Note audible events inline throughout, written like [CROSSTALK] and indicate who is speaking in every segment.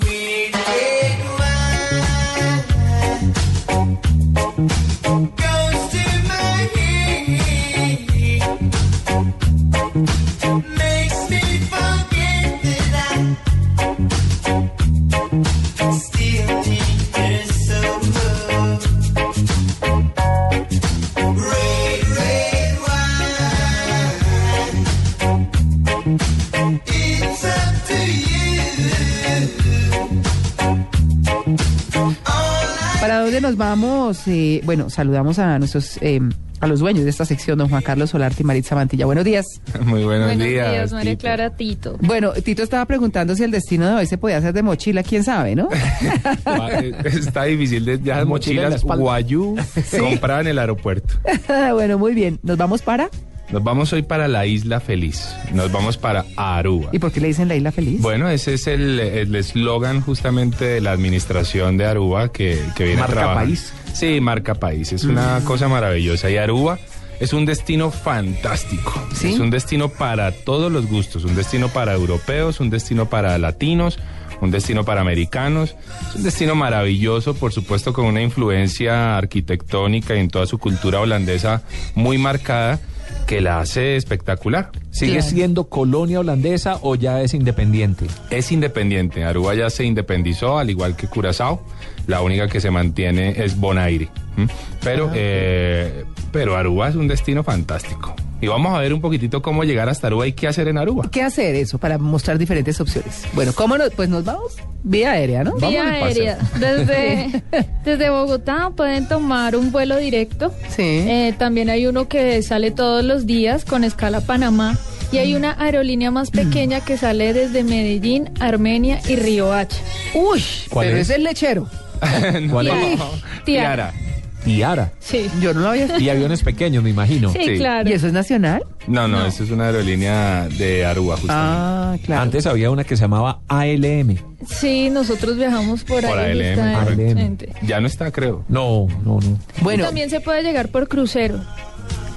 Speaker 1: We take mine. Goes to my head. Makes me forget that I still need her so much. Red, red wine. It's up to you. All I
Speaker 2: ¿Para dónde nos vamos? Eh, bueno, saludamos a nuestros eh, a los dueños de esta sección, don Juan Carlos Solarte y Maritza Mantilla. Buenos días.
Speaker 3: Muy buenos,
Speaker 4: Buenos
Speaker 3: días.
Speaker 4: días, María
Speaker 3: Tito.
Speaker 4: Clara Tito.
Speaker 2: Bueno, Tito estaba preguntando si el destino de hoy se podía hacer de mochila, quién sabe, [LAUGHS] ¿no?
Speaker 3: Ah, eh, Está difícil de ya las
Speaker 5: Mochila en la
Speaker 3: mochilas
Speaker 5: espalda.
Speaker 3: Guayú comprar en el aeropuerto.
Speaker 2: bueno, muy bien. Nos vamos para.
Speaker 3: Nos vamos hoy para la Isla Feliz. Nos vamos para Aruba.
Speaker 2: ¿Y por qué le dicen la isla feliz?
Speaker 3: Bueno, ese es el el eslogan justamente de la administración de Aruba que, que viene a
Speaker 5: Marca
Speaker 3: trabajar.
Speaker 5: país. Mm.
Speaker 3: Sí, marca país. Es una cosa maravillosa. Y Aruba es un destino fantástico.
Speaker 2: ¿Sí?
Speaker 3: Es un destino para todos los gustos. Un destino para europeos, un destino para latinos, un destino para americanos. Es un destino maravilloso, por supuesto, con una influencia arquitectónica y en toda su cultura holandesa muy marcada que la hace espectacular.
Speaker 5: ¿Sigue siendo colonia holandesa o ya es independiente?
Speaker 3: Es independiente. Aruba ya se independizó, al igual que Curazao. La única que se mantiene es Bonaire. ¿m? Pero, eh, pero Aruba es un destino fantástico. Y vamos a ver un poquitito cómo llegar hasta Aruba y qué hacer en Aruba.
Speaker 2: ¿Qué hacer eso para mostrar diferentes opciones? Bueno, ¿cómo nos, pues nos vamos? Vía aérea, ¿no?
Speaker 4: Vía
Speaker 3: al paseo.
Speaker 4: aérea. Desde, desde Bogotá pueden tomar un vuelo directo.
Speaker 2: Sí.
Speaker 4: Eh, también hay uno que sale todos los días con escala Panamá. Y hay una aerolínea más pequeña que sale desde Medellín, Armenia y Riohacha.
Speaker 2: Uy,
Speaker 5: ¿Cuál
Speaker 2: pero
Speaker 5: es?
Speaker 2: es el lechero.
Speaker 5: ¿Cuál es?
Speaker 4: Tiara.
Speaker 3: Tiara.
Speaker 5: Tiara.
Speaker 4: Sí.
Speaker 2: Yo no lo [LAUGHS] había.
Speaker 5: Y aviones pequeños, me imagino.
Speaker 4: sí,
Speaker 3: Sí.
Speaker 4: claro.
Speaker 2: ¿Y eso es nacional?
Speaker 3: No, no, eso es una aerolínea de Aruba, justamente.
Speaker 2: Ah, claro.
Speaker 5: Antes había una que se llamaba ALM.
Speaker 4: Sí, nosotros viajamos por,
Speaker 3: Por
Speaker 4: ahí.
Speaker 3: ALM,
Speaker 4: está
Speaker 5: correcto.
Speaker 4: excelente.
Speaker 3: Ya no está, creo.
Speaker 5: No, no, no.
Speaker 2: Bueno,
Speaker 4: También se puede llegar por crucero.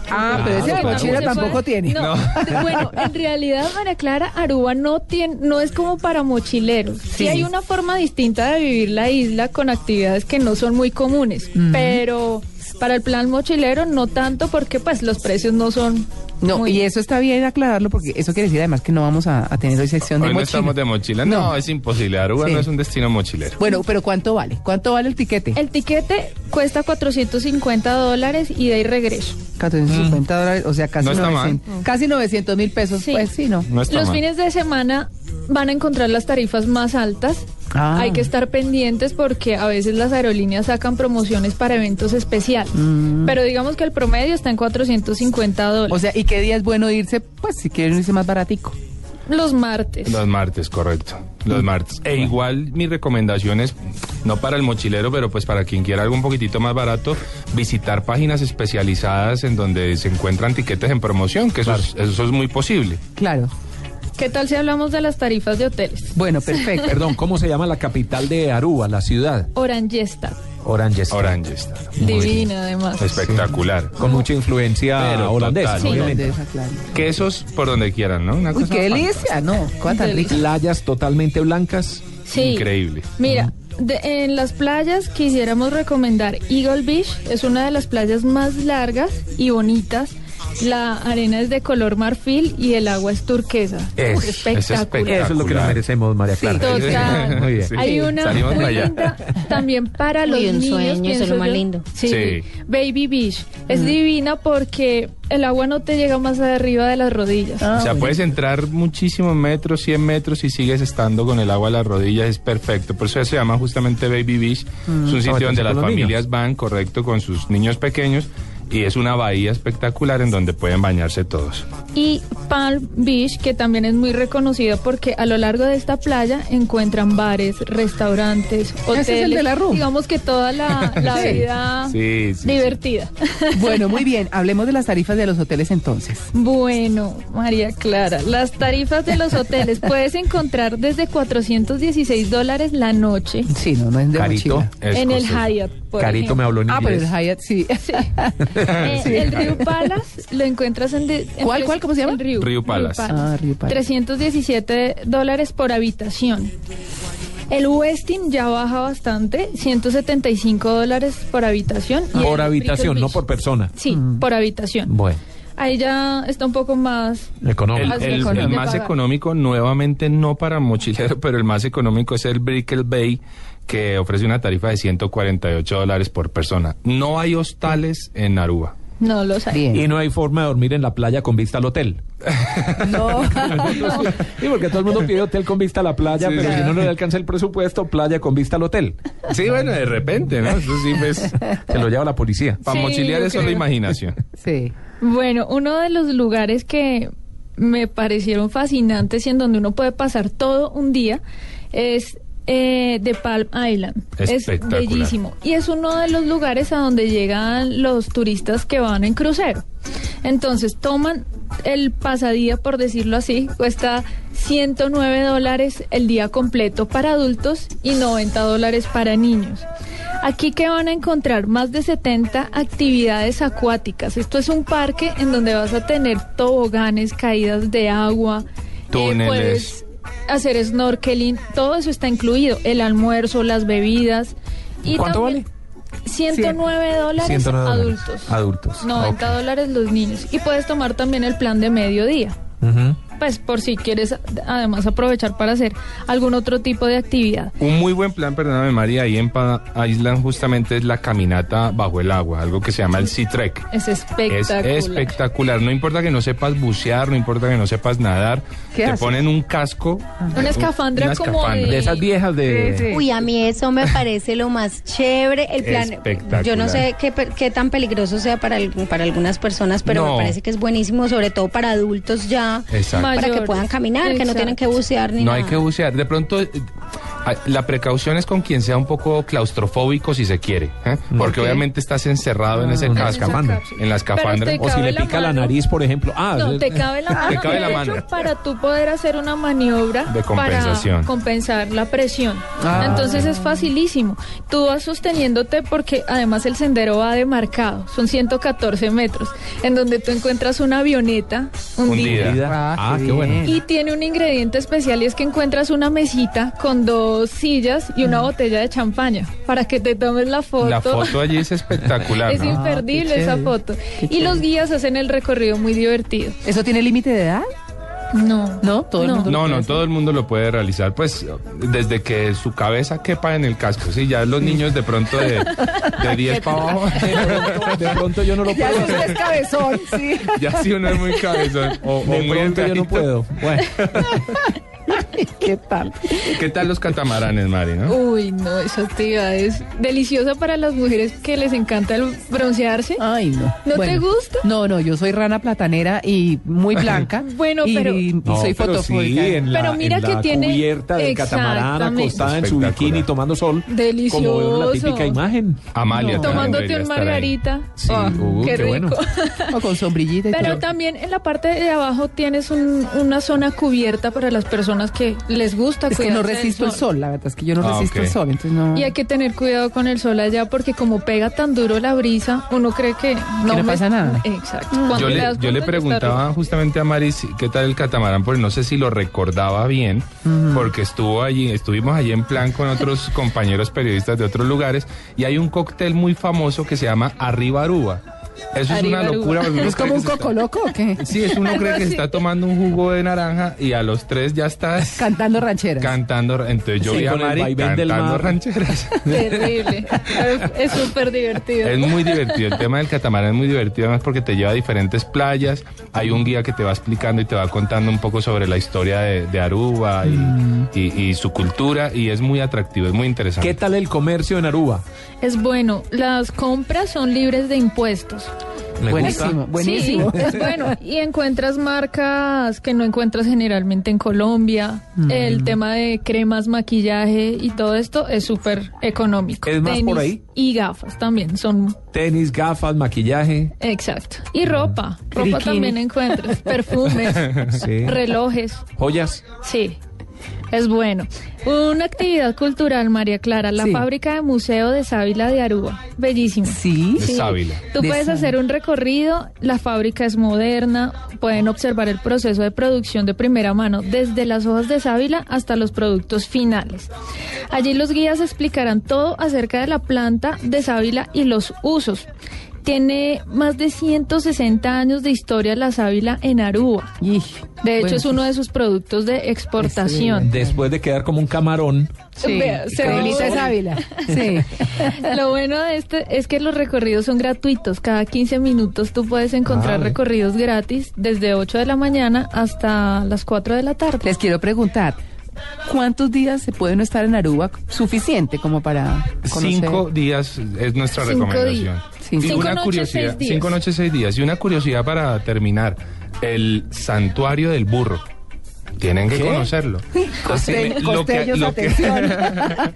Speaker 2: ah, pero ese de
Speaker 4: Bueno,
Speaker 2: mochila
Speaker 4: se
Speaker 2: tampoco
Speaker 4: puede-
Speaker 2: tiene.
Speaker 4: No. [LAUGHS] Bueno, en realidad, María Clara, Aruba no, tiene, no es como para mochileros. Sí. hay una forma distinta de vivir la isla con actividades que no son muy comunes, pero para el plan mochilero no tanto porque pues los precios no son...
Speaker 2: No,
Speaker 4: muy-
Speaker 2: Oh, y eso está bien aclararlo porque eso quiere decir además que no vamos a, a tener hoy sección
Speaker 3: Hoy
Speaker 2: de
Speaker 3: no
Speaker 2: mochila.
Speaker 3: estamos de mochila. No,
Speaker 2: No.
Speaker 3: es imposible. Aruba
Speaker 2: Sí.
Speaker 3: no es un destino mochilero.
Speaker 2: Bueno, pero ¿cuánto vale? ¿Cuánto vale el tiquete?
Speaker 4: El tiquete cuesta 450 dólares ida y regreso.
Speaker 2: 450 dólares, o sea, casi
Speaker 3: No está mal.
Speaker 2: 900 casi 900 mil pesos.
Speaker 4: Mm. Sí.
Speaker 2: Pues sí, ¿no?
Speaker 3: No está
Speaker 4: Los
Speaker 3: mal.
Speaker 4: fines de semana van a encontrar las tarifas más altas.
Speaker 2: Ah.
Speaker 4: Hay que estar pendientes porque a veces las aerolíneas sacan promociones para eventos especiales. Pero digamos que el promedio está en 450 dólares.
Speaker 2: O sea, ¿y qué día es bueno irse? Pues si quieren irse más baratico.
Speaker 4: los martes.
Speaker 3: Los martes, correcto. Los martes. E igual mi recomendación es, no para el mochilero, pero pues para quien quiera algo un poquitito más barato, visitar páginas especializadas en donde se encuentran tiquetes en promoción, que eso, es, eso es muy posible.
Speaker 2: Claro.
Speaker 4: ¿Qué tal si hablamos de las tarifas de hoteles?
Speaker 2: Bueno,
Speaker 3: [LAUGHS]
Speaker 2: perfecto.
Speaker 5: Perdón, ¿cómo se llama la capital de Aruba, la ciudad?
Speaker 4: Orangesta,
Speaker 5: Oranges.
Speaker 3: Orange está. Pues,
Speaker 4: divina además.
Speaker 3: Espectacular.
Speaker 5: Con mucha influencia
Speaker 3: Pero
Speaker 5: holandesa,
Speaker 3: total, Sí.
Speaker 5: obviamente.
Speaker 2: Esa, claro.
Speaker 3: Quesos por donde quieran, ¿no? Una
Speaker 2: Uy,
Speaker 3: cosa
Speaker 2: qué
Speaker 3: fantástica.
Speaker 2: delicia, ¿no? Cosa
Speaker 4: [LAUGHS]
Speaker 2: tan rica.
Speaker 5: Playas totalmente blancas.
Speaker 4: Sí.
Speaker 3: Increíble.
Speaker 4: Mira, de- en las playas quisiéramos recomendar Eagle Beach, es una de las playas más largas y bonitas. La arena es de color marfil y el agua es turquesa.
Speaker 3: Es- es
Speaker 4: espectacular.
Speaker 3: espectacular.
Speaker 5: Eso es lo que nos merecemos, María
Speaker 3: [LAUGHS]
Speaker 5: Clara.
Speaker 4: Total.
Speaker 5: Muy bien.
Speaker 3: Sí.
Speaker 4: Hay una
Speaker 3: Salimos
Speaker 4: muy
Speaker 3: para allá.
Speaker 4: linda también para los
Speaker 6: un
Speaker 4: niños.
Speaker 6: sueño, eso es lo
Speaker 4: pienso
Speaker 6: más
Speaker 4: yo.
Speaker 6: lindo.
Speaker 4: Sí.
Speaker 3: Sí. Mm.
Speaker 4: Baby Beach es divina porque el agua no te llega más arriba de las rodillas.
Speaker 3: o sea, puedes entrar muchísimos metros, 100 metros y sigues estando con el agua a las rodillas, es perfecto. Por eso se llama justamente Baby Beach. Es un sitio
Speaker 5: entonces
Speaker 3: donde las
Speaker 5: con los
Speaker 3: familias van, correcto, con sus niños pequeños y es una bahía espectacular en donde pueden bañarse todos.
Speaker 4: Y Palm Beach, que también es muy reconocido porque a lo largo de esta playa encuentran bares, restaurantes,
Speaker 2: el
Speaker 4: hoteles.
Speaker 2: de la Rum.
Speaker 4: Digamos que toda la, la
Speaker 2: Sí.
Speaker 4: vida
Speaker 3: Sí, sí, sí.
Speaker 4: divertida. [LAUGHS]
Speaker 2: Bueno, muy bien, hablemos de las tarifas de los hoteles entonces.
Speaker 4: Bueno, María Clara, las tarifas de los
Speaker 2: [LAUGHS]
Speaker 4: hoteles puedes encontrar desde 416 dólares la noche
Speaker 2: Sí, no, no es de
Speaker 5: Carito.
Speaker 2: mochila.
Speaker 3: Es
Speaker 4: en el
Speaker 3: costoso.
Speaker 4: Hyatt. por
Speaker 5: Carito me
Speaker 4: ejemplo.
Speaker 5: habló en
Speaker 2: Ah, pero el
Speaker 5: inglés.
Speaker 2: Hyatt sí.
Speaker 3: [LAUGHS]
Speaker 5: [LAUGHS]
Speaker 4: Eh, el Río Palace lo encuentras en... de- en
Speaker 2: ¿Cuál,
Speaker 4: tres-
Speaker 2: cuál, cómo se llama?
Speaker 4: el Río,
Speaker 3: Río Palace.
Speaker 2: Ah, Río Palace.
Speaker 4: 317 dólares por habitación. El Westin ya baja bastante, 175 dólares por habitación. y
Speaker 5: Por
Speaker 4: el
Speaker 5: habitación,
Speaker 4: Brickell
Speaker 5: no
Speaker 4: Beach.
Speaker 5: por persona.
Speaker 4: Sí,
Speaker 2: Mm.
Speaker 4: por habitación.
Speaker 5: Bueno,
Speaker 4: Ahí ya está un poco más...
Speaker 5: económico.
Speaker 3: El,
Speaker 4: Más
Speaker 3: el- el
Speaker 4: económico.
Speaker 3: más
Speaker 4: Pagar.
Speaker 3: económico, nuevamente no para mochilero, [LAUGHS] pero el más económico es el Brickell Bay, que ofrece una tarifa de 148 dólares por persona. No hay hostales en Aruba.
Speaker 4: No lo sé.
Speaker 2: Bien.
Speaker 5: Y no hay forma de dormir en la playa con vista
Speaker 4: [LAUGHS]
Speaker 5: al hotel.
Speaker 2: No.
Speaker 5: [LAUGHS] Sí, porque todo el mundo pide hotel con vista a la playa,
Speaker 3: Sí,
Speaker 5: pero
Speaker 3: sí.
Speaker 5: si no, no le alcanza el presupuesto, playa con vista al hotel.
Speaker 3: Sí, bueno, de repente, ¿no? Eso sí, pues,
Speaker 5: Se lo lleva la policía.
Speaker 3: para
Speaker 4: Sí,
Speaker 3: mochilear
Speaker 4: yo
Speaker 3: es solo
Speaker 4: creo.
Speaker 3: imaginación.
Speaker 2: Sí.
Speaker 4: Bueno, uno de los lugares que me parecieron fascinantes y en donde uno puede pasar todo un día es eh, de Palm Island. Es
Speaker 3: Espectacular.
Speaker 4: bellísimo. Y es uno de los lugares a donde llegan los turistas que van en crucero. Entonces toman el pasadía, por decirlo así, cuesta 109 dólares el día completo para adultos y 90 dólares para niños. Aquí que van a encontrar más de 70 actividades acuáticas. Esto es un parque en donde vas a tener toboganes, caídas de agua, eh,
Speaker 3: Túneles.
Speaker 4: puedes hacer snorkeling, todo eso está incluido, el almuerzo, las bebidas. Y
Speaker 5: ¿Cuánto
Speaker 4: también-
Speaker 5: vale?
Speaker 4: 109 dólares
Speaker 5: 109 dólares.
Speaker 4: adultos.
Speaker 5: Adultos,
Speaker 4: 90
Speaker 5: ok.
Speaker 4: dólares los niños. Y puedes tomar también el plan de mediodía.
Speaker 5: Ujú.
Speaker 4: Pues por si quieres además aprovechar para hacer algún otro tipo de actividad.
Speaker 3: Un muy buen plan, perdóname María, ahí en Pa- Island justamente es la caminata bajo el agua, algo que se llama el Sea Trek.
Speaker 4: Es
Speaker 3: Es
Speaker 4: espectacular.
Speaker 3: espectacular. No importa que no sepas bucear, no importa que no sepas nadar.
Speaker 2: ¿Qué
Speaker 3: te
Speaker 2: haces?
Speaker 3: ponen un casco.
Speaker 4: Una escafandra
Speaker 3: una
Speaker 4: como
Speaker 3: escafandra.
Speaker 5: De esas viejas de...
Speaker 7: Uy, a mí eso me parece lo más chévere. El plan,
Speaker 3: Espectacular.
Speaker 7: yo no sé qué, pe- qué tan peligroso sea para, algún- para algunas personas, pero
Speaker 3: No.
Speaker 7: me parece que es buenísimo, sobre todo para adultos ya,
Speaker 3: Exacto.
Speaker 7: para que
Speaker 4: Mayores.
Speaker 7: puedan caminar, que no tienen que
Speaker 4: Exacto.
Speaker 7: bucear ni
Speaker 3: No
Speaker 7: nada.
Speaker 3: hay que bucear. De pronto, eh, ah, la precaución es con quien sea un poco claustrofóbico si se quiere. ¿eh? Porque obviamente estás encerrado en ese
Speaker 5: Ah, en la
Speaker 3: casco.
Speaker 5: escafandra.
Speaker 3: En la
Speaker 4: este
Speaker 3: escafandra.
Speaker 4: Pero
Speaker 5: O si
Speaker 4: cabe
Speaker 5: le
Speaker 4: la
Speaker 5: pica la
Speaker 4: mano.
Speaker 5: nariz, por ejemplo. Ah,
Speaker 4: No,
Speaker 5: es-
Speaker 4: te cabe la mano.
Speaker 3: Te cabe la
Speaker 4: de
Speaker 3: mano.
Speaker 4: hecho, para tú poder hacer una maniobra
Speaker 3: De compensación.
Speaker 4: para compensar la presión.
Speaker 2: Ah.
Speaker 4: Entonces es facilísimo. Tú vas sosteniéndote porque además el sendero va demarcado. Son 114 metros, en donde tú encuentras una avioneta hundida.
Speaker 3: Hundida.
Speaker 5: Ah, qué bueno.
Speaker 4: Y tiene un ingrediente especial y es que encuentras una mesita con dos sillas y una botella de champaña para que te tomes la foto.
Speaker 3: Mm. La foto Ah, allí es
Speaker 4: [LAUGHS]
Speaker 3: espectacular.
Speaker 4: es
Speaker 3: ¿no?
Speaker 4: imperdible esa foto. Y los guías hacen el recorrido muy divertido.
Speaker 2: ¿Eso tiene límite de edad?
Speaker 4: No.
Speaker 2: No, todo el
Speaker 4: No.
Speaker 2: mundo. lo
Speaker 3: No,
Speaker 2: puede
Speaker 3: no,
Speaker 2: hacer.
Speaker 3: todo el mundo lo puede realizar, pues desde que su cabeza quepa en el casco. Sí, ya los niños de pronto de,
Speaker 4: [LAUGHS]
Speaker 3: de 10 para abajo,
Speaker 5: [LAUGHS] De pronto yo no lo
Speaker 2: Ya
Speaker 5: puedo.
Speaker 2: usted es [LAUGHS] cabezón, sí.
Speaker 3: [LAUGHS] ya si uno es muy cabezón o, o
Speaker 5: De
Speaker 3: muy
Speaker 5: pronto yo no
Speaker 3: delgadito.
Speaker 5: puedo.
Speaker 4: [LAUGHS]
Speaker 5: Bueno,
Speaker 2: ¿Qué tal?
Speaker 3: ¿Qué tal los catamaranes, Mari? no?
Speaker 4: Uy, no, esa actividad es deliciosa para las mujeres que les encanta el broncearse.
Speaker 2: Ay, no.
Speaker 4: ¿No te gusta?
Speaker 2: No, no, yo soy rana platanera y muy blanca.
Speaker 4: Bueno,
Speaker 2: y,
Speaker 4: pero-
Speaker 2: y
Speaker 5: No,
Speaker 2: soy
Speaker 5: pero sí,
Speaker 2: fotofóbica.
Speaker 5: en la,
Speaker 4: Pero mira
Speaker 5: en
Speaker 4: que
Speaker 5: la
Speaker 4: tiene-
Speaker 5: cubierta del catamarán
Speaker 4: Exactamente.
Speaker 5: acostada en su
Speaker 3: Espectacular.
Speaker 5: bikini tomando sol. Como veo en la
Speaker 4: Delicioso.
Speaker 5: típica imagen.
Speaker 3: Amalia. también
Speaker 4: Tomándote
Speaker 3: debería
Speaker 4: un
Speaker 3: estar ahí.
Speaker 4: margarita.
Speaker 5: Sí,
Speaker 4: Ah,
Speaker 5: uh,
Speaker 4: qué,
Speaker 5: qué
Speaker 4: rico.
Speaker 5: bueno.
Speaker 2: O con sombrillita y
Speaker 4: Pero
Speaker 2: todo.
Speaker 4: también en la parte de abajo tienes un- una zona cubierta para las personas que les gusta
Speaker 2: Es que no
Speaker 4: cuidarse del
Speaker 2: resisto el sol, la verdad es que yo no
Speaker 3: Ah,
Speaker 2: resisto el
Speaker 3: ok.
Speaker 2: sol, entonces no.
Speaker 4: Y hay que tener cuidado con el sol allá porque como pega tan duro la brisa, uno cree que no,
Speaker 2: no
Speaker 4: me-
Speaker 2: pasa nada. Mm.
Speaker 4: Exacto.
Speaker 3: Yo
Speaker 4: Cuando te
Speaker 3: le,
Speaker 4: das cuenta
Speaker 3: yo le
Speaker 4: que está
Speaker 3: [LAUGHS] preguntaba justamente a Mari si- qué tal el catamarán, porque no sé si lo recordaba bien, porque estuvo allí, estuvimos allí en plan
Speaker 4: [LAUGHS]
Speaker 3: con otros compañeros periodistas de otros lugares, y hay un cóctel muy famoso que se llama Arriba Aruba. Eso es
Speaker 4: Arriba
Speaker 3: una
Speaker 4: Aruba.
Speaker 3: locura. porque uno
Speaker 2: ¿Es
Speaker 3: cree
Speaker 2: como
Speaker 3: que
Speaker 2: un
Speaker 3: se está-
Speaker 2: coco loco o qué?
Speaker 3: Sí, es uno
Speaker 4: Algo
Speaker 3: cree que se
Speaker 4: así.
Speaker 3: está tomando un jugo de naranja y a los tres ya estás
Speaker 2: Cantando rancheras.
Speaker 3: cantando. Entonces yo
Speaker 5: Sí,
Speaker 3: vi a
Speaker 5: con el
Speaker 3: Mari
Speaker 5: vaivén del
Speaker 3: cantando
Speaker 5: mar. [LAUGHS]
Speaker 3: rancheras.
Speaker 4: Terrible. Pero es súper divertido.
Speaker 3: Es muy divertido, el tema del catamarán es muy divertido, además porque te lleva a diferentes playas, hay un guía que te va explicando y te va contando un poco sobre la historia de, de Aruba y, y- y su cultura, y es muy atractivo, es muy
Speaker 5: ¿Qué
Speaker 3: interesante.
Speaker 5: tal el comercio en Aruba?
Speaker 4: Es bueno, las compras son libres de impuestos.
Speaker 3: Me
Speaker 2: buenísimo,
Speaker 3: gusta.
Speaker 2: buenísimo.
Speaker 4: Sí, es bueno. Y encuentras marcas que no encuentras generalmente en Colombia.
Speaker 5: Mm.
Speaker 4: El tema de cremas, maquillaje y todo esto es súper económico.
Speaker 5: Es más,
Speaker 4: Tenis
Speaker 5: por ahí.
Speaker 4: Y gafas también son.
Speaker 5: Tenis, gafas, maquillaje.
Speaker 4: Exacto. Y
Speaker 5: Ah,
Speaker 4: ropa. Ropa
Speaker 2: Bikini.
Speaker 4: también
Speaker 5: [LAUGHS]
Speaker 4: encuentras. Perfumes,
Speaker 5: Sí.
Speaker 4: relojes.
Speaker 5: Joyas.
Speaker 4: Sí, es bueno. Una actividad cultural, María Clara, la
Speaker 2: Sí.
Speaker 4: fábrica de museo de Sábila de Aruba. Bellísimo.
Speaker 2: Sí.
Speaker 3: De sábila.
Speaker 4: Tú
Speaker 2: De
Speaker 4: puedes
Speaker 2: Sábila.
Speaker 4: hacer un recorrido, la fábrica es moderna, pueden observar el proceso de producción de primera mano, desde las hojas de sábila hasta los productos finales. Allí los guías explicarán todo acerca de la planta de sábila y los usos. Tiene más de 160 años de historia la sábila en Aruba.
Speaker 2: Y-
Speaker 4: De hecho,
Speaker 2: bueno, pues,
Speaker 4: es uno de sus productos de exportación.
Speaker 5: Después de quedar como un camarón.
Speaker 2: Sí,
Speaker 4: Vea, se
Speaker 2: Carmelita
Speaker 4: ve-
Speaker 2: es Ávila. Sí.
Speaker 4: Lo bueno de este es que los recorridos son gratuitos. Cada 15 minutos tú puedes encontrar recorridos gratis desde 8 de la mañana hasta las 4 de la tarde.
Speaker 2: Les quiero preguntar, ¿cuántos días se puede no estar en Aruba suficiente como para conocer?
Speaker 3: Cinco días es nuestra
Speaker 4: Cinco
Speaker 3: recomendación.
Speaker 4: días.
Speaker 2: Cinco.
Speaker 3: Y
Speaker 4: Cinco
Speaker 3: una
Speaker 4: noches,
Speaker 3: curiosidad,
Speaker 4: seis días.
Speaker 3: cinco noches, seis días. Y una curiosidad para terminar, el santuario del burro. Tienen que conocerlo.
Speaker 2: [LAUGHS] Costeño-
Speaker 3: Así me- lo que-
Speaker 2: costeños,
Speaker 3: lo que-
Speaker 2: atención.
Speaker 3: [LAUGHS]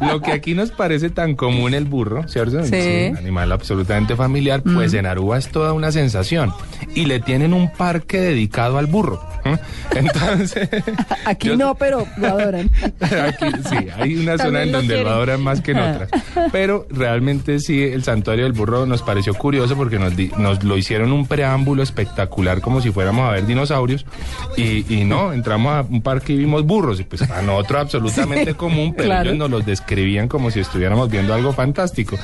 Speaker 3: Lo que aquí nos parece tan común el burro, ¿cierto?
Speaker 2: Sí.
Speaker 3: un animal absolutamente familiar, pues en Aruba es toda una sensación. Y le tienen un parque dedicado al burro. ¿eh? [LAUGHS] Entonces...
Speaker 2: Aquí
Speaker 3: yo-
Speaker 2: no, pero lo adoran.
Speaker 3: [LAUGHS] Aquí, sí, hay una zona
Speaker 4: También
Speaker 3: en
Speaker 4: lo
Speaker 3: donde lo
Speaker 4: quieren. Ah.
Speaker 3: adoran más que en otras. Pero realmente sí, el santuario del burro nos pareció curioso porque nos, di- nos lo hicieron un preámbulo espectacular como si fuéramos a ver dinosaurios. Y, y no, entramos a un parque y vimos burros. Y pues para
Speaker 4: [LAUGHS]
Speaker 3: nosotros absolutamente común, pero
Speaker 2: claro.
Speaker 3: ellos nos los describían como si estuviéramos viendo algo fantástico.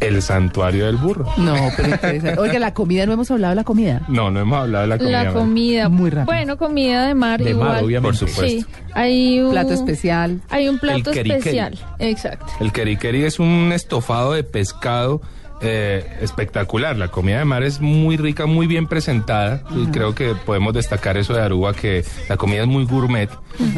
Speaker 3: El santuario del burro.
Speaker 2: No, pero interesante. Oiga, la comida, no hemos hablado de la comida.
Speaker 3: No, no hemos hablado de la comida.
Speaker 4: La
Speaker 3: ¿verdad?
Speaker 4: comida.
Speaker 2: Muy rápido.
Speaker 4: Bueno, comida de mar
Speaker 5: De mar,
Speaker 4: igual.
Speaker 5: obviamente.
Speaker 3: Por supuesto.
Speaker 4: Sí, hay un
Speaker 2: Plato especial.
Speaker 4: Hay un plato
Speaker 3: El queriqueri.
Speaker 4: especial. Exacto.
Speaker 3: El queriqueri es un estofado de pescado eh, espectacular. La comida de mar es muy rica, muy bien presentada. Y creo que podemos destacar eso de Aruba, que la comida es muy gourmet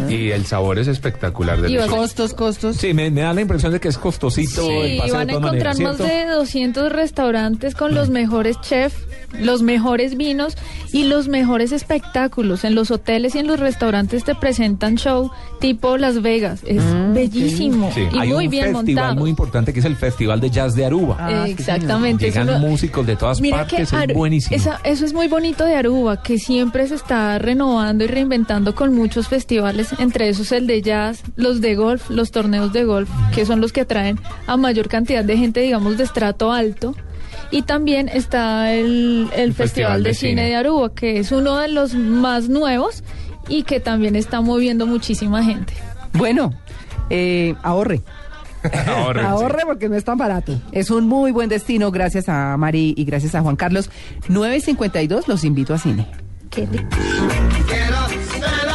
Speaker 3: y el sabor es espectacular.
Speaker 4: Y [LAUGHS]
Speaker 3: delicioso.
Speaker 2: Costos, costos.
Speaker 5: Sí, me, me da la impresión de que es costosito el
Speaker 4: Sí,
Speaker 5: paseo
Speaker 4: van
Speaker 5: de
Speaker 4: a
Speaker 5: todas maneras,
Speaker 4: encontrar más
Speaker 5: ¿cierto?
Speaker 4: de 200 restaurantes con los mejores chefs, los mejores vinos y los mejores espectáculos. En los hoteles y en los restaurantes te presentan show tipo Las Vegas. Es bellísimo
Speaker 3: Sí.
Speaker 4: y
Speaker 5: Hay
Speaker 4: muy
Speaker 5: un
Speaker 4: bien
Speaker 5: festival
Speaker 4: montado.
Speaker 5: muy importante que es el Festival de Jazz de Aruba.
Speaker 2: Ah, sí,
Speaker 4: Exactamente. es
Speaker 5: Llegan
Speaker 4: uno-
Speaker 5: músicos de todas
Speaker 4: Mira que
Speaker 5: partes, es
Speaker 4: Aru-
Speaker 5: buenísimo.
Speaker 4: esa- eso es muy bonito de Aruba, que siempre se está renovando y reinventando con muchos festivales, entre esos el de jazz, los de golf, los torneos de golf, que son los que atraen a mayor cantidad de gente, digamos, de estrato alto. Y también está el, el Festival, de, Cine, de Aruba, que es uno de los más nuevos y que también está moviendo muchísima gente.
Speaker 2: Bueno, eh, ahorre.
Speaker 3: Ahorren,
Speaker 2: [LAUGHS]
Speaker 3: sí.
Speaker 2: Ahorre porque no es tan barato. Es un muy buen destino, gracias a Mari y gracias a Juan Carlos. 9.52, los invito a cine.
Speaker 1: Get up, stand